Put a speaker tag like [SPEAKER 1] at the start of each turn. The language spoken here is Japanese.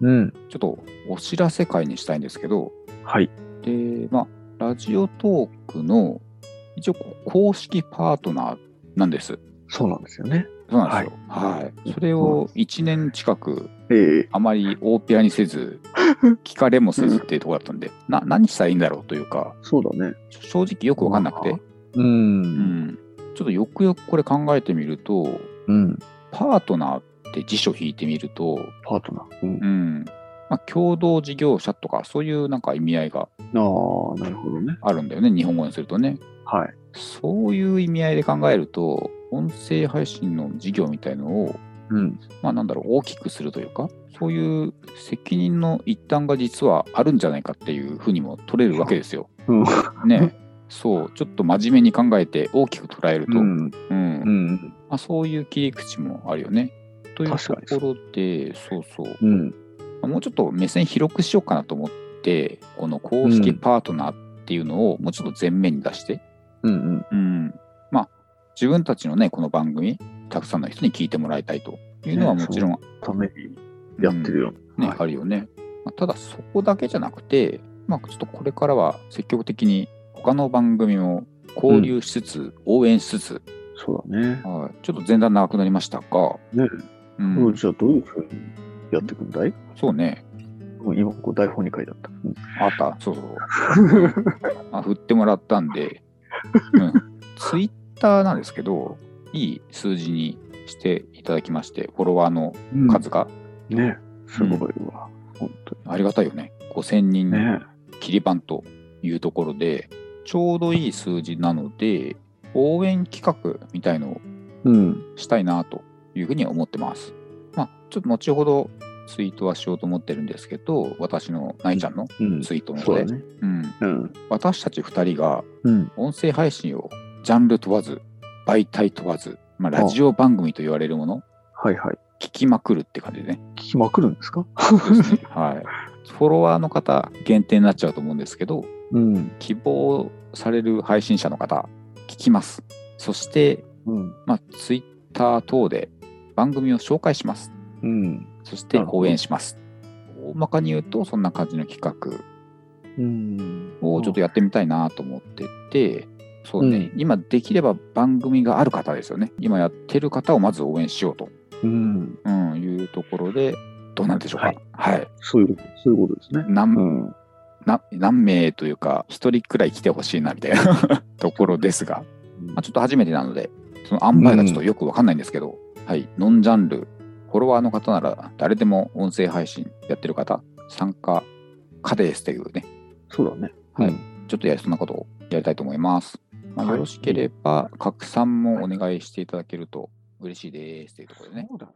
[SPEAKER 1] うん。
[SPEAKER 2] ちょっとお知らせ会にしたいんですけど、
[SPEAKER 1] はい。
[SPEAKER 2] で、まあ、ラジオトークの一応こう公式パートナーなんです。
[SPEAKER 1] そうなんですよね。
[SPEAKER 2] そうなんですよ。はい。それを1年近く、
[SPEAKER 1] ええ
[SPEAKER 2] あまり大っぴらにせ ず、聞かれもせずっていうところだったんで、な何したらいいんだろうというか、
[SPEAKER 1] そうだね。
[SPEAKER 2] ちょ正直よくわかんなくて、
[SPEAKER 1] う。
[SPEAKER 2] うんん。ちょっとよくよくこれ考えてみると、
[SPEAKER 1] うん。
[SPEAKER 2] パートナーって辞書引いてみると、
[SPEAKER 1] パートナー。うん
[SPEAKER 2] う。ん。まあ、共同事業者とか、そういうなんか意味合いが
[SPEAKER 1] ああ、なるほどね。
[SPEAKER 2] あるんだよね、日本語にするとね。
[SPEAKER 1] はい。
[SPEAKER 2] そういう意味合いで考えると、音声配信の事業みたいのを、
[SPEAKER 1] うん。
[SPEAKER 2] まあなんだろう、大きくするというか、そういう責任の一端が実はあるんじゃないかっていうふうにも取れるわけですよ。
[SPEAKER 1] うん。
[SPEAKER 2] ね。そう、ちょっと真面目に考えて大きく捉えると、
[SPEAKER 1] うん。
[SPEAKER 2] うん
[SPEAKER 1] う
[SPEAKER 2] ま
[SPEAKER 1] ん。
[SPEAKER 2] あ、そういう切り口もあるよね。という
[SPEAKER 1] 確
[SPEAKER 2] と
[SPEAKER 1] かにそう
[SPEAKER 2] ころで、そうそう、
[SPEAKER 1] うん。
[SPEAKER 2] もうちょっと目線広くしようかなと思って、この公式パートナーっていうのをもうちょっと前面に出して、
[SPEAKER 1] うん。
[SPEAKER 2] うん、まあ自分たちのねこの番組たくさんの人に聞いてもらいたいというのは
[SPEAKER 1] ね
[SPEAKER 2] もちろん、
[SPEAKER 1] ためにやってるよ。
[SPEAKER 2] うんね
[SPEAKER 1] はい
[SPEAKER 2] あるよね、まあただそこだけじゃなくて、まあ、ちょっとこれからは積極的に他の番組も交流しつつ、応援しつつ、
[SPEAKER 1] そうだね。
[SPEAKER 2] はいちょっと前段長くなりましたが、
[SPEAKER 1] ね
[SPEAKER 2] うん
[SPEAKER 1] うんじゃあ、どういうふうにやっていくんだい
[SPEAKER 2] そうね
[SPEAKER 1] うん今、こう台本に書いてあった。うん
[SPEAKER 2] あったそう そうあ振ってもらったんで、うん、ツイッターなんですけどいい数字にしていただきましてフォロワーの数が、
[SPEAKER 1] ねすごいわ。本当
[SPEAKER 2] ありがたいよね。5000人
[SPEAKER 1] に。ね
[SPEAKER 2] 切り版というところで、ちょうどいい数字なので、応援企画みたいのを
[SPEAKER 1] うん。
[SPEAKER 2] したいなというふうに思ってます。まあ、ちょっと後ほどツイートはしようと思ってるんですけど、私のナイちゃんの
[SPEAKER 1] うん。
[SPEAKER 2] ツイートの
[SPEAKER 1] そ
[SPEAKER 2] 方
[SPEAKER 1] う
[SPEAKER 2] で、
[SPEAKER 1] だね。
[SPEAKER 2] うん、
[SPEAKER 1] うん。
[SPEAKER 2] 私たち2人が
[SPEAKER 1] うん。
[SPEAKER 2] 音声配信をジャンル問わず、媒体問わず、まあ、ラジオ番組と言われるもの、
[SPEAKER 1] はいはい。
[SPEAKER 2] 聞きまくるって感じでね。
[SPEAKER 1] 聞きまくるんですか
[SPEAKER 2] はい。フォロワーの方限定になっちゃうと思うんですけど、
[SPEAKER 1] うん。
[SPEAKER 2] 希望される配信者の方、聞きます。そして、
[SPEAKER 1] うん。
[SPEAKER 2] まあ、ツイッター等で番組を紹介します。
[SPEAKER 1] うん。
[SPEAKER 2] そして
[SPEAKER 1] なるほど
[SPEAKER 2] 応援します。大まかに言うと、そんな感じの企画
[SPEAKER 1] うん。
[SPEAKER 2] をちょっとやってみたいなと思ってて、そうね、今できれば番組がある方ですよね。今やってる方をまず応援しようと、
[SPEAKER 1] うん。
[SPEAKER 2] うん、いうところで、どうなんでしょうか。は
[SPEAKER 1] はいい。そういうこと、そういうことですね。
[SPEAKER 2] 何
[SPEAKER 1] うん。
[SPEAKER 2] な何名というか、一人くらい来てほしいなみたいな ところですが、まあ、ちょっと初めてなので、その塩梅がちょっとよくわかんないんですけど、はい、ノンジャンル、フォロワーの方なら誰でも音声配信やってる方、参加可ですというね、
[SPEAKER 1] そうだね。
[SPEAKER 2] はい
[SPEAKER 1] うん
[SPEAKER 2] ちょっとやそんなことをやりたいと思います。まあ、
[SPEAKER 1] はい
[SPEAKER 2] よろしければ、拡散もお願いしていただけると嬉しいですというところでね。
[SPEAKER 1] そうだね